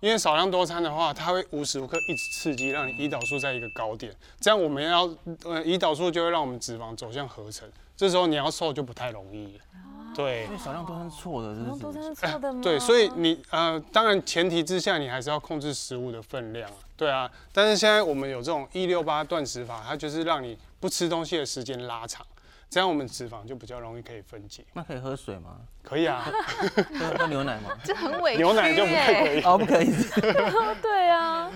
C: 因为少量多餐的话，它会无时无刻一直刺激，让你胰岛素在一个高点，这样我们要呃胰岛素就会让我们脂肪走向合成，这时候你要瘦就不太容易了。对
B: 因为少量多餐是错的，
A: 少量
B: 是
A: 多
B: 不
A: 餐
B: 是？
A: 是错的吗？
C: 对，所以你呃，当然前提之下你还是要控制食物的分量啊，对啊。但是现在我们有这种一六八断食法，它就是让你不吃东西的时间拉长，这样我们脂肪就比较容易可以分解。
B: 那可以喝水 吗？
C: 可以啊。
B: 喝喝牛奶吗？
D: 这很委屈耶。
C: 牛奶就不
A: 欸
C: 太可以。
B: 哦，不可以。
A: 对啊，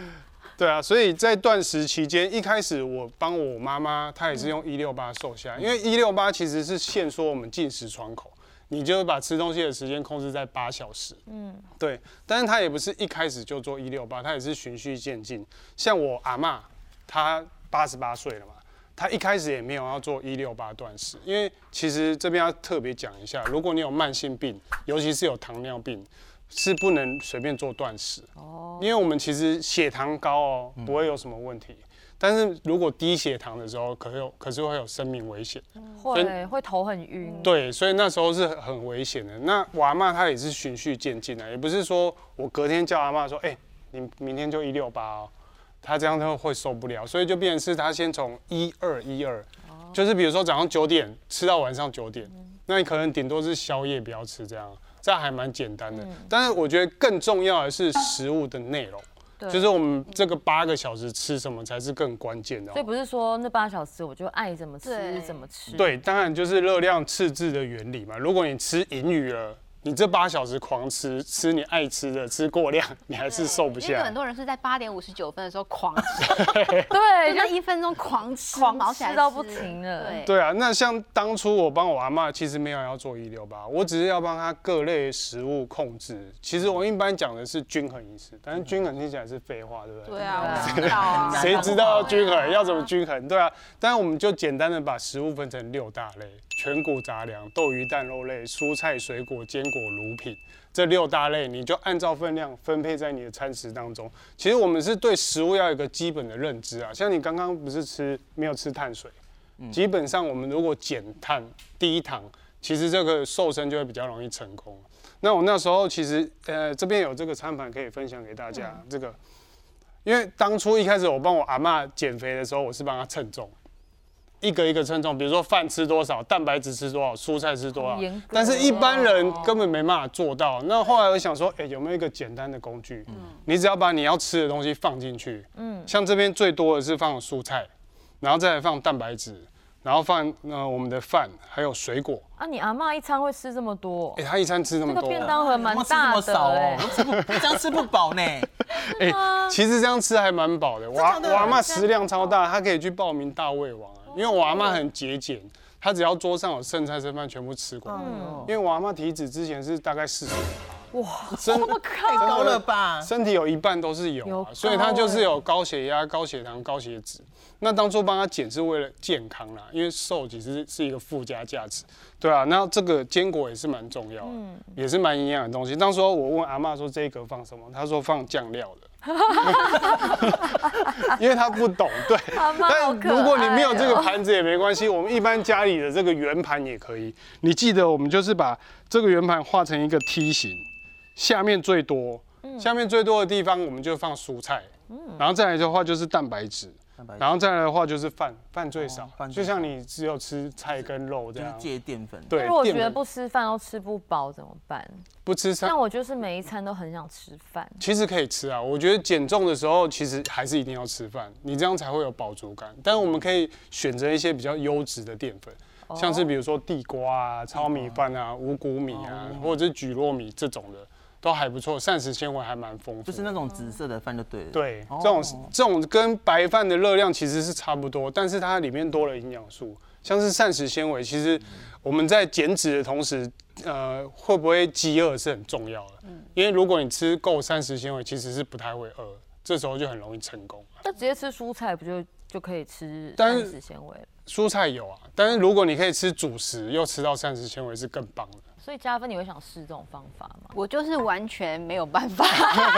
C: 对啊，所以在断食期间，一开始我帮我妈妈，她也是用一六八瘦下来，因为一六八其实是限缩我们进食窗口，你就是把吃东西的时间控制在八小时。
A: 嗯，
C: 对，但是她也不是一开始就做一六八，她也是循序渐进。像我阿嬷，她八十八岁了嘛。她一开始也没有要做一六八断食，因为其实这边要特别讲一下，如果你有慢性病，尤其是有糖尿病，是不能随便做断食。
A: 哦，
C: 因为我们其实血糖高哦，不会有什么问题。但是如果低血糖的时候，可有可是会有生命危险。
A: 会会头很晕。
C: 对，所以那时候是很很危险的。那我阿妈她也是循序渐进的，也不是说我隔天叫阿妈说，哎、你明天就一六八哦，她这样就会受不了，所以就变成是她先从一二一二，就是比如说早上九点吃到晚上九点，那你可能顶多是宵夜不要吃这样，这样还蛮简单的。但是我觉得更重要的是食物的内容。
A: 对
C: 就是我们这个八个小时吃什么才是更关键的、哦。
A: 所以不是说那八小时我就爱怎么吃
D: 对
A: 怎么吃。
C: 对，当然就是热量赤字的原理嘛。如果你吃盈余了，你这八小时狂吃，吃你爱吃的，吃过量，你还是瘦不
D: 因
C: 下
D: 为有很
C: 来。
D: 多人是在八点五十九分的时候狂吃，
A: 对，
D: 就
A: 就
D: 那一分钟狂吃，
A: 狂
D: 毛起来
A: 吃到不停了
D: 对，
C: 对啊，那像当初我帮我阿妈，其实没有要做一六八，我只是要帮她各类食物控制。其实我一般讲的是均衡饮食，但是均衡听起来是废话，对不对？
D: 对啊，
A: 对啊
D: 我知道啊，
C: 谁知
A: 哎
C: 道要均衡要怎么均衡？对啊，但我们就简单的把食物分成六大类：全谷杂粮、豆鱼蛋肉类、蔬菜水果、坚果、乳品。这六大类你就按照分量分配在你的餐食当中。其实我们是对食物要有一个基本的认知啊，像你刚刚不是吃没有吃碳水，基本上我们如果减碳低糖，其实这个瘦身就会比较容易成功。啊那我那时候其实呃这边有这个餐盘可以分享给大家，
A: 嗯
C: 这个因为当初一开始我帮我阿妈减肥的时候，我是帮她称重，一个一个称重，比如说饭吃多少，蛋白质吃多少，蔬菜吃多
A: 好
C: 少
A: 严格，哦
C: 但是一般人根本没办法做到。那后来我想说，哎、有没有一个简单的工具？
A: 嗯
C: 你只要把你要吃的东西放进去，嗯，像这边最多的是放蔬菜，然后再来放蛋白质，然后放呃我们的饭，还有水果。
A: 啊，你阿妈一餐会吃这么多
C: 哎、，她一餐吃那
A: 这
C: 么
A: 个
C: 多、
A: 便当盒蛮
B: 我吃这
A: 大
B: 么
A: 的
B: 少哦
A: 哎，，
B: 我吃不这样吃不饱呢。
C: 哎、 其实这样吃还蛮饱的。我阿
B: 真的
C: 我阿妈食量超大，她可以去报名大胃王啊，因为我阿妈很节俭，她只要桌上有剩菜剩饭全部吃光。
B: 嗯
A: 嗯
C: 因为我阿妈体脂之前是大概四十，哇，真
B: 太高了吧？
C: 身体有一半都是油
A: 有
C: 啊
A: 高，
C: 所以她就是有高血压、高血糖、高血脂。那当初帮她减是为了健康啦，因为瘦其实是一个附加价值，对啊。那这个坚果也是蛮重要的，也是蛮营养的东西。当时我问阿妈说这一格放什么，她说放酱料的， 因为她不懂，对。
A: 阿妈好
C: 但
A: 可爱哦
C: 如果你没有这个盘子也没关系，我们一般家里的这个圆盘也可以。你记得我们就是把这个圆盘画成一个梯形，下面最多，
A: 嗯
C: 下面最多的地方我们就放蔬菜，然后再来的话就是蛋白质
B: 白质，
C: 然后再来的话就是饭，饭最少
B: 哦，饭
C: 就
B: 最少
C: 像你只有吃菜跟肉这
B: 就是
C: 样。
B: 戒淀粉。
C: 对，
A: 如果
C: 淀
A: 觉得
C: 粉
A: 不吃饭都吃不饱怎么办？
C: 不吃菜
A: 像，我就是每一餐都很想吃饭，
C: 其实可以吃啊，我觉得减重的时候其实还是一定要吃饭，你这样才会有饱足感。但我们可以选择一些比较优质的淀粉，像是比如说地瓜啊、糙米饭啊、五谷米啊，或者是蒟蒻米这种的，都还不错，膳食纤维还蛮丰富
B: 就是
C: 的。
B: 那种紫色的饭就对了。
C: 对，
B: 哦
C: 这种这种跟白饭的热量其实是差不多，但是它里面多了营养素，像是膳食纤维。其实我们在减脂的同时，呃，会不会饥饿是很重要的。
A: 嗯
C: 因为如果你吃够膳食纤维，其实是不太会饿，这时候就很容易成功。
A: 那直接吃蔬菜不就就可以吃
C: 但
A: 膳
C: 是
A: 食纤维了？
C: 蔬菜有啊，但是如果你可以吃主食，又吃到膳食纤维，是更棒的。
A: 所以加分你会想试这种方法吗？
D: 我就是完全没有办法，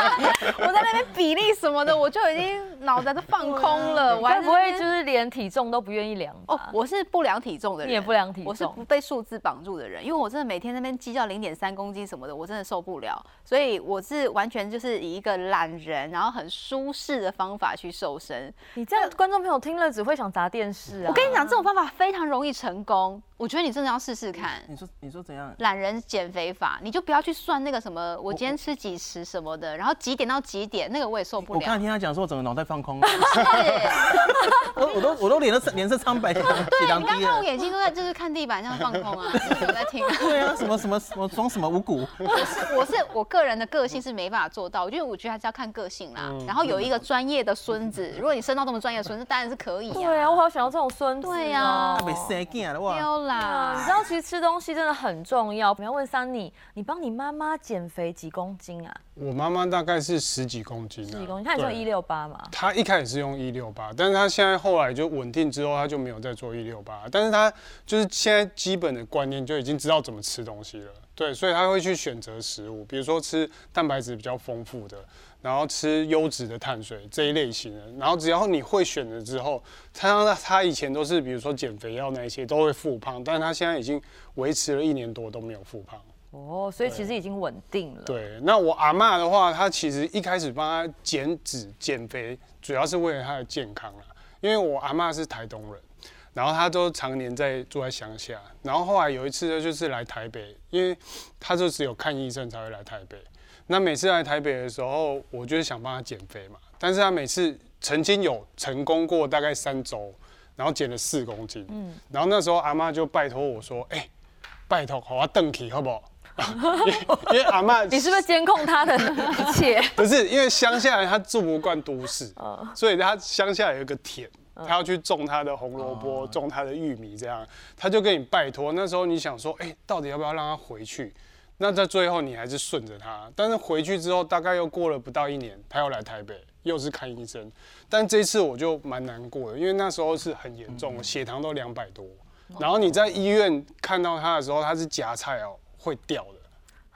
D: 我在那边比例什么的，我就已经脑袋都放空 了，我
A: 该
D: 还
A: 不会就是连体重都不愿意量
D: 哦
A: 吧？，
D: 我是不量体重的人，
A: 你也不量体重
D: 我是不被数字绑住的人，因为我真的每天那边计较零点三公斤什么的，我真的受不了，所以我是完全就是以一个懒人，然后很舒适的方法去瘦身。
A: 你这样观众朋友听了只会想砸电视啊！
D: 我跟你讲，这种方法非常容易成功，我觉得你真的要试试看。
B: 你说你说怎样？
D: 懒人减肥法，你就不要去算那个什么，我今天吃几十什么的，然后几点到几点，那个我也受不
B: 我刚才
D: 了。
B: 听他讲说，我整个脑袋放空 了，
D: 对
B: 我我都我都脸都脸色苍白，血糖
D: 你刚
B: 低
D: 看我
B: 了。
D: 眼睛都在就是看地板上放空啊，就是有在听。
B: 对啊，什么什么什么装什么五 谷，
D: 我是我是我个人的个性是没办法做到，因为我觉得还是要看个性啦。然后有一个专业的孙子，如果你生到这么专业的孙子，当然是可以
A: 对
D: 啊。
A: 啊，我好想要这种孙子、哦。
D: 对呀
B: 被生囝了哇！
D: 丢
A: 啊你
D: 啦，
A: 知道其实吃东西真的很重要。我们要问桑尼，你帮你妈妈减肥几公斤啊？
C: 我妈妈大概是十几公斤、啊，
A: 十几公斤？她也说
C: 对
A: 一六八嘛。
C: 他一开始是用一六八，但是他现在后来就稳定之后，他就没有再做一六八，但是他就是现在基本的观念就已经知道怎么吃东西了，对，所以他会去选择食物，比如说吃蛋白质比较丰富的，然后吃优质的碳水这一类型的，然后只要你会选择之后，他他以前都是比如说减肥药那一些都会复胖，但是他现在已经维持了一年多都没有复胖。
A: 哦，所以其实已经稳定了。
C: 对，那我阿嬷的话，她其实一开始帮她减脂减肥，主要是为了她的健康啦。因为我阿嬷是台东人，然后她都常年在住在乡下，然后后来有一次呢，就是来台北，因为她就只有看医生才会来台北。那每次来台北的时候，我就是想帮她减肥嘛，但是她每次曾经有成功过大概三周，然后减了四公斤。嗯，然后那时候阿妈就拜托我说：“哎、拜托，给我邓起好不好？” 因为阿妈，
A: 你是不是监控他的 一切？
C: 不是因为乡下人他住不惯都市，所以他乡下有一个田，他要去种他的红萝卜，种他的玉米，这样他就跟你拜托。那时候你想说，哎、到底要不要让他回去？那在最后你还是顺着他，但是回去之后大概又过了不到一年，他又来台北，又是看医生。但这次我就蛮难过的，因为那时候是很严重的，血糖都两百多。然后你在医院看到他的时候，他是夹菜哦、会掉的，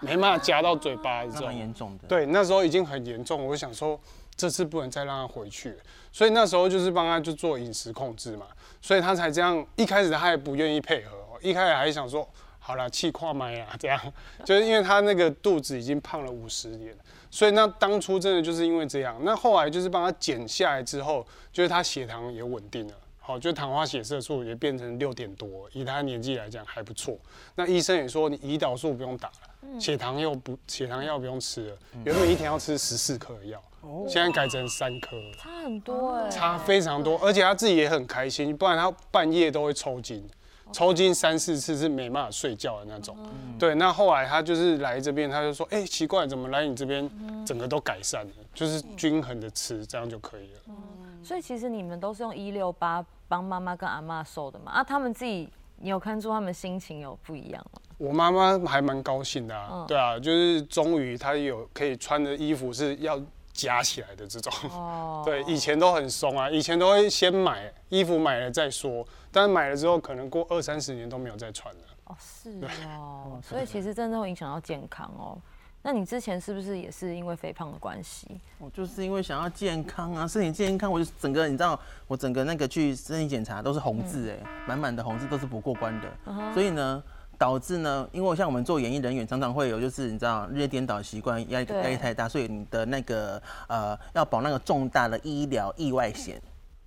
C: 没办法夹到嘴巴的这
B: 那
C: 种
B: 蛮。严重的。，
C: 对，那时候已经很严重，我想说这次不能再让他回去了，所以那时候就是帮他就做饮食控制嘛，所以他才这样。一开始他还不愿意配合、哦，一开始还想说好啦，气跨麦啦，这样， 就是因为他那个肚子已经胖了五十年，所以那当初真的就是因为这样。那后来就是帮他减下来之后，就是他血糖也稳定了。好，就糖化血色素也变成六点多，以他年纪来讲还不错。那医生也说你胰岛素不用打了，血糖又不血糖药不用吃了，原本一天要吃十四颗的药，现在改成三颗，
A: 差很多哎、
C: 差非常多。而且他自己也很开心，不然他半夜都会抽筋，抽筋三四次是没办法睡觉的那种。对，那后来他就是来这边，他就说，哎、奇怪，怎么来你这边整个都改善了，就是均衡的吃，这样就可以了。
A: 所以其实你们都是用一六八帮妈妈跟阿妈收的嘛？啊，他们自己，你有看出他们心情有不一样吗？
C: 我妈妈还蛮高兴的啊，对啊，就是终于她有可以穿的衣服是要夹起来的这种，
A: 哦，
C: 对，以前都很松啊，以前都会先买衣服买了再说，但是买了之后可能过二三十年都没有再穿了。
A: 哦，是哦，所以其实真的会影响到健康哦。那你之前是不是也是因为肥胖的关系？
B: 我哦就是因为想要健康啊，身体健康，我就整个你知道，我整个那个去身体检查都是红字哎、满满的红字都是不过关的，所以呢。导致呢，因为像我们做演艺人员，常常会有就是你知道日夜颠倒的习惯，压力
A: 对
B: 压力太大，所以你的那个呃要保那个重大的医疗意外险，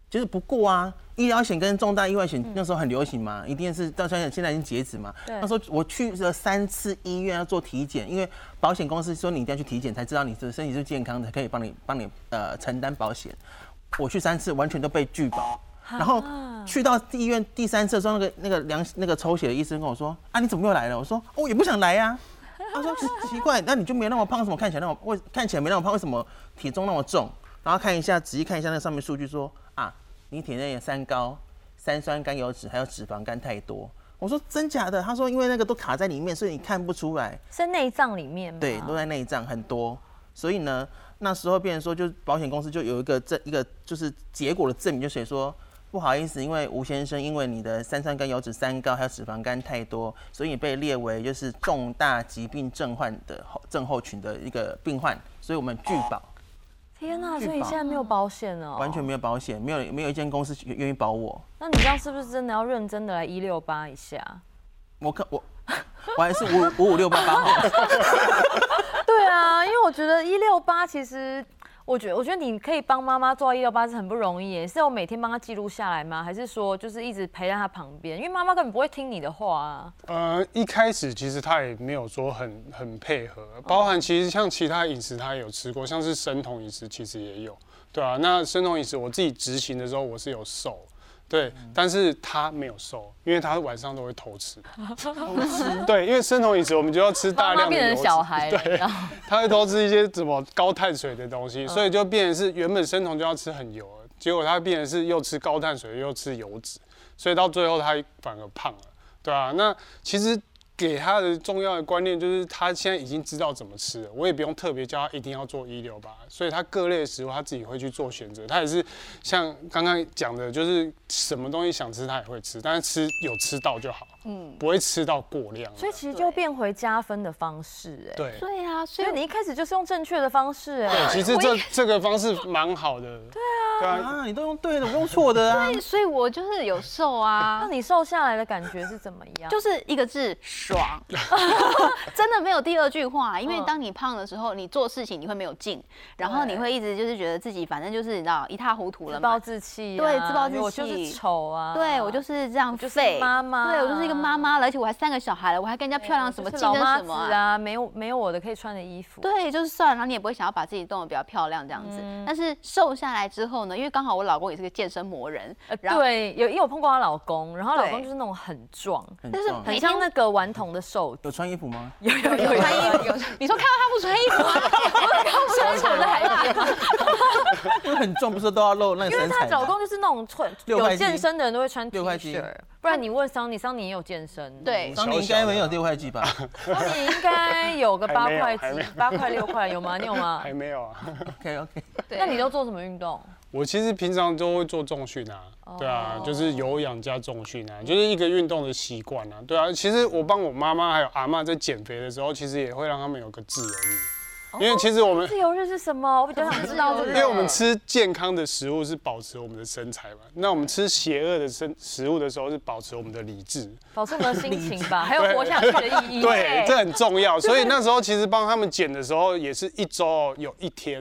B: 就是不过啊，医疗险跟重大意外险那时候很流行嘛，一定是到现在现在已经截止嘛。
A: 对
B: 那时候我去了三次医院要做体检，因为保险公司说你一定要去体检才知道你的身体是健康的，可以帮你帮你呃承担保险。我去三次完全都被拒保，然后去到医院第三次的时候，那个那个量那个抽血的医生跟我说啊你怎么又来了？我说哦我也不想来呀、他说奇奇怪，那你就没那么胖，为什么看起来那么为看起来没那么胖，为什么体重那么重？然后看一下，仔细看一下那上面数据说啊，你体内的三高、三酸甘油脂还有脂肪肝太多。我说真假的？他说因为那个都卡在里面，所以你看不出来。
A: 是在内脏里面吗？
B: 对，都在内脏很多，所以呢，那时候变成说，就是保险公司就有一个证，一个就是结果的证明，就写说不好意思，因为吴先生因为你的三酸甘油脂三高还有脂肪肝太多，所以你被列为就是重大疾病症患的后症候群的一个病患，所以我们拒保，
A: 天哪、所以
B: 拒
A: 你
B: 保
A: 现在没有保险哦，
B: 完全。没有保险，没有没有一间 公司愿意保我。
A: 那你这样是不是真的要认真的来一六八一下？
B: 我看我我还是五五五六八八号，
A: 对啊，因为我觉得一六八其实，我觉我觉得你可以帮妈妈做到一六八是很不容易耶。是我每天帮她记录下来吗？还是说就是一直陪在她旁边？因为妈妈根本不会听你的话啊。
C: 呃，一开始其实他也没有说很很配合，包含其实像其他饮食他也有吃过，像是生酮饮食其实也有，对啊。那生酮饮食我自己执行的时候我是有瘦，对，
A: 嗯
C: 但是他没有瘦，因为他晚上都会 偷吃，对，因为生酮饮食我们就要吃
A: 妈
C: 大
A: 妈
C: 量的
A: 变
C: 油
A: 成
C: 脂
A: 小孩了，
C: 对，
A: 然后
C: 他会偷吃一些什么高碳水的东
A: 嗯
C: 西，所以就变成是原本生酮就要吃很油了，结果他变成是又吃高碳水又吃油脂，所以到最后他反而胖了，对啊，那其实给他的重要的观念就是他现在已经知道怎么吃了，我也不用特别教他一定要做一六八，所以他各类的食物他自己会去做选择，他也是像刚刚讲的，就是什么东西想吃他也会吃，但是吃有吃到就好，嗯，不会吃到过量。啊
A: 所以其实就变回加分的方式哎。
C: 对。
D: 对啊，所
A: 所
D: 以
A: 以你一开始就是用正确的方式
C: 对，
A: 哎。
C: 其实这这个方式蛮好的。对啊，对啊，
B: 啊，你都用对的，我用错的啊。
D: 所以我就是有瘦啊
A: 那。你瘦下来的感觉是怎么样？就
D: 就是一个字 爽，真的没有第二句话。因为当你胖的时候，你做事情你会没有劲，然后
A: 嗯对
D: 你会一直就是觉得自己反正就是你知道一塌糊涂了
A: 自暴
D: 嘛。
A: 自弃、啊，
D: 对自暴自弃
A: 我就是丑啊，
D: 对我就是这样
A: 就是
D: 废
A: 妈妈
D: 对我就是一个妈妈了，而且我还三个小孩了，我还更加漂亮，什么
A: 就是
D: 竞
A: 老
D: 争
A: 妈
D: 什
A: 子
D: 么啊？
A: 啊，没有没有我的可以穿的衣服，嗯
D: 对，就是算了，然后你也不会想要把自己弄得比较漂亮这样子。但是瘦下来之后呢，因为刚好我老公也是个健身魔人，
A: 呃
D: 然后
A: 对，有因为我碰过她老公，然后她老公
D: 对
A: 就是那种很壮，
B: 很
D: 就是
C: 哦
B: 壮
D: 每
A: 很
D: 天
A: 像那个顽童的手，
B: 有穿衣服吗？
A: 有有
D: 有穿衣服，有你说看到他不穿衣服吗？
A: 超长的海报，
B: 因为很壮，不是都要露那个
A: 因为
B: 身
A: 她
B: 材
A: 老
B: 吗？
A: 公就是那种穿
B: 六块
A: 有
B: 肌
A: 健身的人都会穿 T
B: 六块肌
A: 恤，不然你问桑尼，桑尼也有健身，，
D: 对，
B: 当你应
C: 啊
B: 该没有六块肌吧？
A: 桑尼应该有个八
C: 还没有
A: 块
C: 还没
A: 肌
C: 有、
A: 八块六块有吗？你有吗？
C: 还没有啊。
B: OK OK，
D: 对
A: 那你都做什么运动？
C: 我其实平常都会做重训啊，对啊
A: 哦，
C: 就是有氧加重训啊，就是一个运动的习惯啊，对啊。其实我帮我妈妈还有阿嬷在减肥的时候，其实也会让他们有个自由日，因为其实我们
A: 自由哦日是啊什么？我比较想知道这
C: 因
A: 个。
C: 为我们吃健康的食物是保持我们的身材嘛，那我们吃邪恶的身食物的时候是保持我们的理智，
A: 保持我们的心情吧，还有活下去的意义。
C: 对，这很重要。所以那时候其实帮他们减的时候，也是一周哦有一天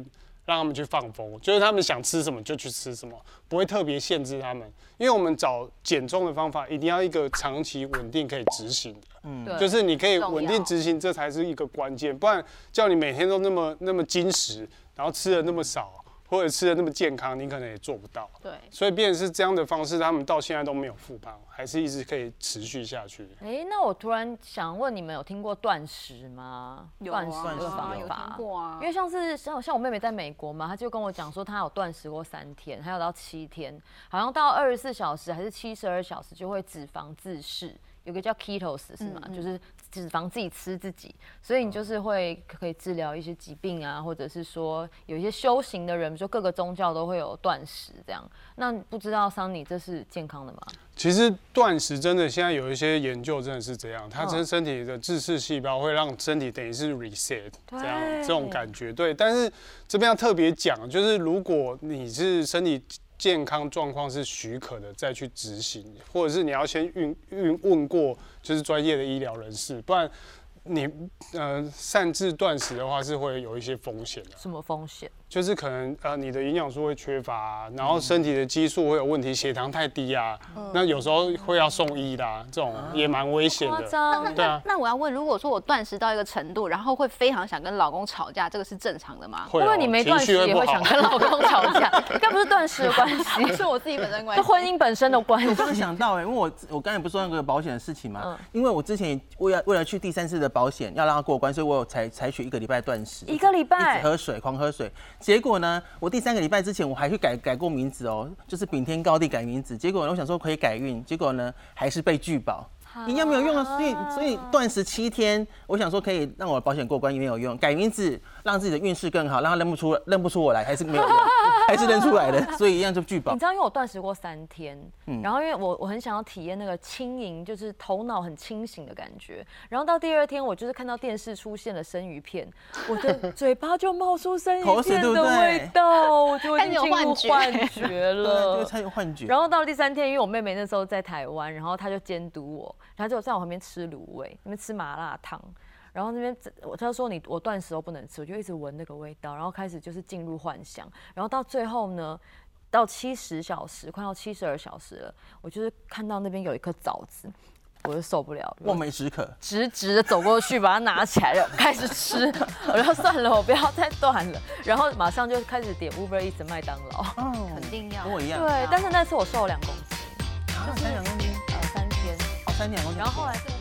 C: 让他们去放风，就是他们想吃什么就去吃什么，不会特别限制他们。因为我们找减重的方法，一定要一个长期稳定可以执行的，
A: 对
C: 就是你可以
D: 重要
C: 稳定执行，这才是一个关键。不然叫你每天都那么那么精实，然后吃的那么少，或者吃的那么健康，你可能也做不到。
D: 对。
C: 所以，变成是这样的方式，他们到现在都没有复胖，还是一直可以持续下去。
A: 哎，那我突然想问，你们有听过断食吗？
D: 有啊
A: 断食
B: 断
A: 这
B: 食
A: 个
B: 有
A: 方
B: 听
A: 法。
D: 过啊
A: 因为上次像像我妹妹在美国嘛，她就跟我讲说，她有断食过三天，还有到七天，好像到二十四小时还是七十二小时就会脂肪自噬，有个叫 ketosis 是吗？就是脂肪自己吃自己，所以你就是会可以治疗一些疾病啊，或者是说有一些修行的人，比如说各个宗教都会有断食这样。那不知道桑尼这是健康的吗？
C: 其实断食真的现在有一些研究真的是这样，它真身体的自噬细胞会让身体等于是 reset 这样
A: 对
C: 这种感觉。对，但是这边要特别讲，就是如果你是身体健康状况是许可的，再去执行，或者是你要先运运问过就是专业的医疗人士，不然你呃擅自断食的话是会有一些风险的。
A: 什么风险？
C: 就是可能呃你的营养素会缺乏啊、然后身体的激素会有问题，血糖太低啊，那有时候会要送医的啊、这种也蛮危险
A: 夸
C: 的。
A: 张。
C: 对啊，
D: 那我要问，如果说我断食到一个程度，然后会非常想跟老公吵架，这个是正常的吗？
C: 会
A: 因
C: 哦
A: 为你没断食
C: 情绪
A: 也
C: 不
A: 会
C: 好
A: 想跟老公吵架，该不是断食的关系，
D: 是我自己本 身关
A: 是婚姻本身的关
B: 我刚刚
A: 系。
B: 想到哎、因为我我刚才不是说那个保险的事情嘛，
A: 嗯
B: 因为我之前为了为了去第三次的保险要让它过关，所以我有采采取一个礼拜断食，
A: 一个礼拜
B: 一直喝水，狂喝水。结果呢，我第三个礼拜之前我还去改改过名字哦，就是顶天高地改名字。结果呢我想说可以改运，结果呢还是被拒保。一样没有用啊，所以所以断食七天，我想说可以让我的保险过关也没有用，改名字让自己的运势更好，让他认不出认不出我来还是没有用， 还是认出来的，所以一样就拒保
A: 你。知道，因为我断食过三天，
B: 嗯
A: 然后因为我我很想要体验那个轻盈，就是头脑很清醒的感觉。然后到第二天，我就是看到电视出现了生鱼 片，我的嘴巴就冒出生鱼
B: 口水
A: 片
B: 对不
A: 的
B: 对
A: 味道，我就已
D: 开始
A: 经
D: 有
A: 进入
D: 幻觉
A: 幻觉
B: 对，就
A: 了
B: 才。有幻觉。
A: 然后到第三天，因为我妹妹那时候在台湾，然后她就监督我，然后就在我旁边吃卤味，那边吃麻辣烫，然后那边我她就说你我断食都不能吃，我就一直闻那个味道，然后开始就是进入幻想，然后到最后呢，到七十小时，快要七十二小时了，我就是看到那边有一颗枣子，我就受不了了，
B: 望梅止渴，
A: 直直的走过去，把它拿起来了，开始吃。我就说算了，我不要再断了，然后马上就开始点 Uber 一直麦当劳。
B: 哦
D: 肯，定要
B: 跟我一样，
A: 对，但是那次我瘦了两公斤，
B: 啊三两公斤，
A: 呃，三天。
B: 哦，三两公斤，
A: 然后后来这个。